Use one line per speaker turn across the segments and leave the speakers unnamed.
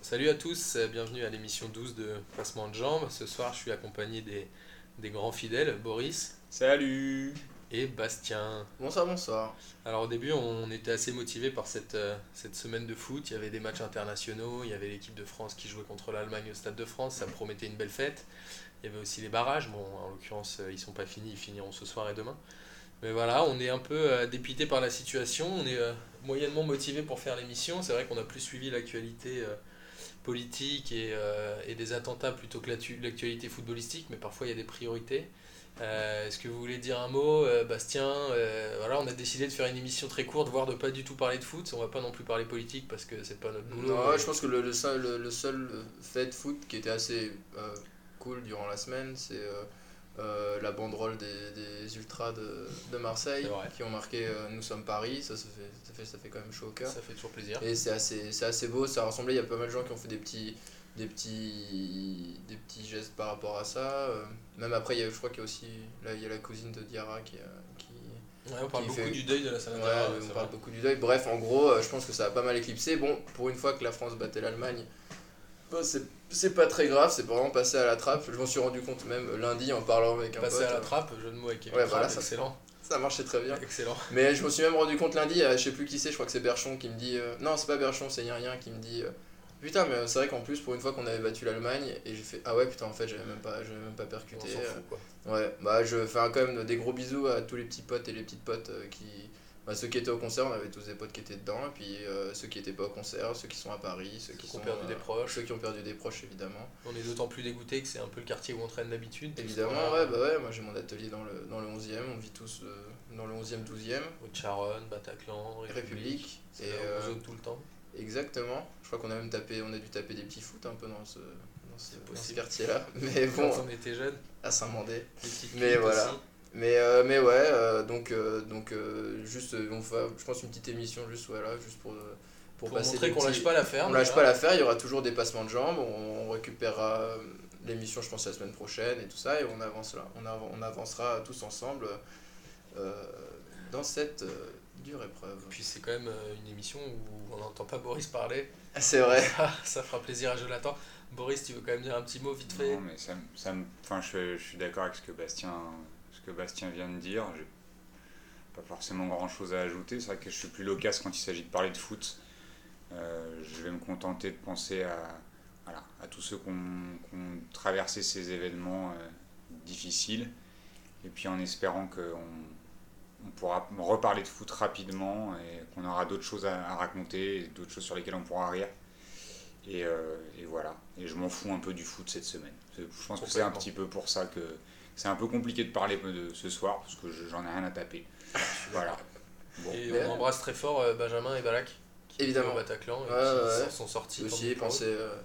Salut à tous, euh, bienvenue à l'émission 12 de Passement de Jambes. Ce soir, je suis accompagné des, des grands fidèles, Boris
Salut
et Bastien.
Bonsoir, bonsoir.
Alors au début, on était assez motivé par cette, euh, cette semaine de foot. Il y avait des matchs internationaux, il y avait l'équipe de France qui jouait contre l'Allemagne au Stade de France, ça promettait une belle fête. Il y avait aussi les barrages, bon en l'occurrence euh, ils sont pas finis, ils finiront ce soir et demain. Mais voilà, on est un peu euh, dépité par la situation, on est euh, moyennement motivé pour faire l'émission. C'est vrai qu'on a plus suivi l'actualité euh, politique et, euh, et des attentats plutôt que l'actu- l'actualité footballistique, mais parfois il y a des priorités. Euh, Est-ce que vous voulez dire un mot, euh, Bastien Euh, Voilà, on a décidé de faire une émission très courte, voire de pas du tout parler de foot. On va pas non plus parler politique parce que c'est pas notre boulot.
Non,
mais-
je pense que le, le seul, le, le seul euh, fait de foot qui était assez euh, cool durant la semaine, c'est euh, euh, la banderole des, des ultras de, de Marseille
C'est vrai.
qui ont marqué euh, Nous sommes Paris. Ça, ça, fait, ça, fait, ça fait quand même chaud au cœur.
Ça fait toujours plaisir.
Et c'est assez, c'est assez beau, ça a rassemblé. Il y a pas mal de gens qui ont fait des petits, des petits, des petits gestes par rapport à ça. euh, même après, il y a, je crois qu'il y a aussi là, il y a la cousine de Diarra qui. a- qui
Ouais, on parle
qui
beaucoup
fait-
du deuil de la salle
Ouais,
intérieure,
mais
c'est
on
vrai.
parle beaucoup du deuil. Bref, en gros, euh, je pense que ça a pas mal éclipsé. Bon, pour une fois que la France battait l'Allemagne, bah, c'est- c'est pas très grave, c'est vraiment passé à la trappe. Je m'en suis rendu compte même lundi en parlant avec un euh.
Passer
pote.
à la trappe, jeu de mots avec Kevin
Ouais,
Trapp,
voilà, ça-
excellent.
Ça marchait très bien.
Excellent.
Mais je me suis même rendu compte lundi, euh, je sais plus qui c'est, je crois que c'est Berchon qui me dit. euh, Non, c'est pas Berchon, c'est Rien qui me dit. euh, Putain, mais c'est vrai qu'en plus, pour une fois qu'on avait battu l'Allemagne, et j'ai fait Ah ouais, putain, en fait, j'avais même pas, j'avais même pas
On
percuté.
s'en
euh,
fout, quoi.
Ouais, bah je fais un- quand même des gros bisous à tous les petits potes et les petites potes euh, qui. Bah, ceux qui étaient au concert, on avait tous des potes qui étaient dedans, et puis euh, ceux qui étaient pas au concert, ceux qui sont à Paris, ceux,
Ceux
qui,
qui ont
sont,
perdu
euh,
des proches.
Ceux qui ont perdu des proches, évidemment.
On est d'autant plus dégoûté que c'est un peu le quartier où on traîne d'habitude. euh,
Évidemment,
Voilà.
ouais, bah ouais, moi j'ai mon atelier dans le, dans le 11e, on vit tous euh, dans le 11e, 12e,
Haute Charonne, Bataclan, République.
République,
C'est
et.
là où on
euh,
zone tout le temps.
Exactement, je crois qu'on a même tapé, on a dû taper des petits foot un peu dans ce, dans ce, dans ce
possible.
quartier-là, mais bon,
Quand on était jeunes,
à Saint-Mandé.
les petites
Mais
cliques
voilà.
aussi.
Mais, euh, mais ouais, euh, donc, euh, donc euh, juste, euh, on va, je pense une petite émission juste, voilà, juste pour, euh,
Pour,
pour, passer
montrer
des
qu'on
petits-
lâche pas hein. l'affaire.
on
voilà.
lâche pas l'affaire, il y aura toujours des passements de jambes, on, on récupérera euh, l'émission, je pense, la semaine prochaine et tout ça, et on avancera, on av- on avancera tous ensemble euh, dans cette euh, dure épreuve.
Puis c'est quand même euh, une émission où on n'entend pas Boris parler.
Ah, C'est vrai.
Ça, ça fera plaisir à Jonathan. Boris, tu veux quand même dire un petit mot vite fait
Non, mais ça, me- ça me- enfin, je, je suis d'accord avec ce que Bastien, ce que Bastien vient de dire. J'ai pas forcément grand chose à ajouter. C'est vrai que je suis plus loquace quand il s'agit de parler de foot. Euh, je vais me contenter de penser à, voilà, à tous ceux qui ont, qui ont traversé ces événements euh, difficiles. Et puis en espérant qu'on on pourra reparler de foot rapidement et qu'on aura d'autres choses à, à raconter, et d'autres choses sur lesquelles on pourra rire. Et, euh, et voilà. Et je m'en fous un peu du foot cette semaine. Je pense que c'est un
Complètement.
petit peu pour ça que c'est un peu compliqué de parler de ce soir parce que je- j'en ai rien à taper. voilà. Bon.
Et
Mais-
on embrasse très fort euh, Benjamin et Balak. Qui
Évidemment.
étaient Au Bataclan et
Ouais,
qui
ouais,
s'en sont sortis. tant
Aussi,
mieux pour eux.
penser euh,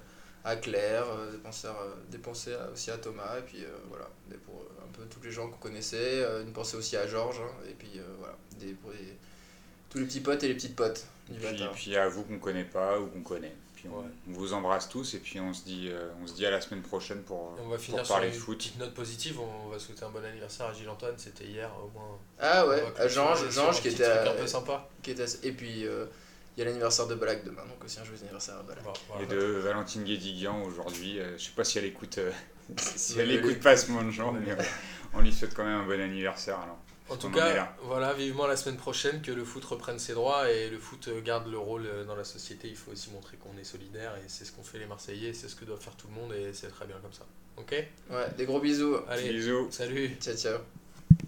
à Claire, euh, penser, à, des pensées à- aussi à Thomas, et puis euh, voilà, des- pour euh, un peu tous les gens qu'on connaissait, euh, une pensée aussi à Georges, hein, et puis euh, voilà, des, pour les- tous les petits potes et les petites potes du
Puis,
matin.
puis à vous qu'on connaît pas ou qu'on connaît. Puis on,
Ouais.
on vous embrasse tous et puis on se dit, euh, on se dit à la semaine prochaine pour,
Et on va finir
pour
sur
parler
une
de foot.
petite note positive. On va souhaiter un bon anniversaire à Gilles Antoine. C'était hier au moins.
Ah ouais,
On va
à Georges,
clôturer sur
Georges
un
qui
petit
était,
truc
à-
un peu sympa.
qui était assez- Et puis euh, il y a l'anniversaire de Balak demain, donc aussi un joyeux anniversaire à Balak.
Bon, voilà.
Et de Valentine Guédiguian aujourd'hui. euh, je sais pas si elle écoute, euh, si
Mais
elle
elle
écoute
écoute.
pas ce moment de genre, mais euh, on lui souhaite quand même un bon anniversaire. Alors.
En tout
On en est
cas,
là.
voilà, vivement la semaine prochaine que le foot reprenne ses droits et le foot garde le rôle euh, dans la société. Il faut aussi montrer qu'on est solidaire et c'est ce qu'ont fait les Marseillais, c'est ce que doit faire tout le monde et c'est très bien comme ça. Ok
Ouais, des gros bisous.
Allez,
Bisous.
salut
Ciao, ciao.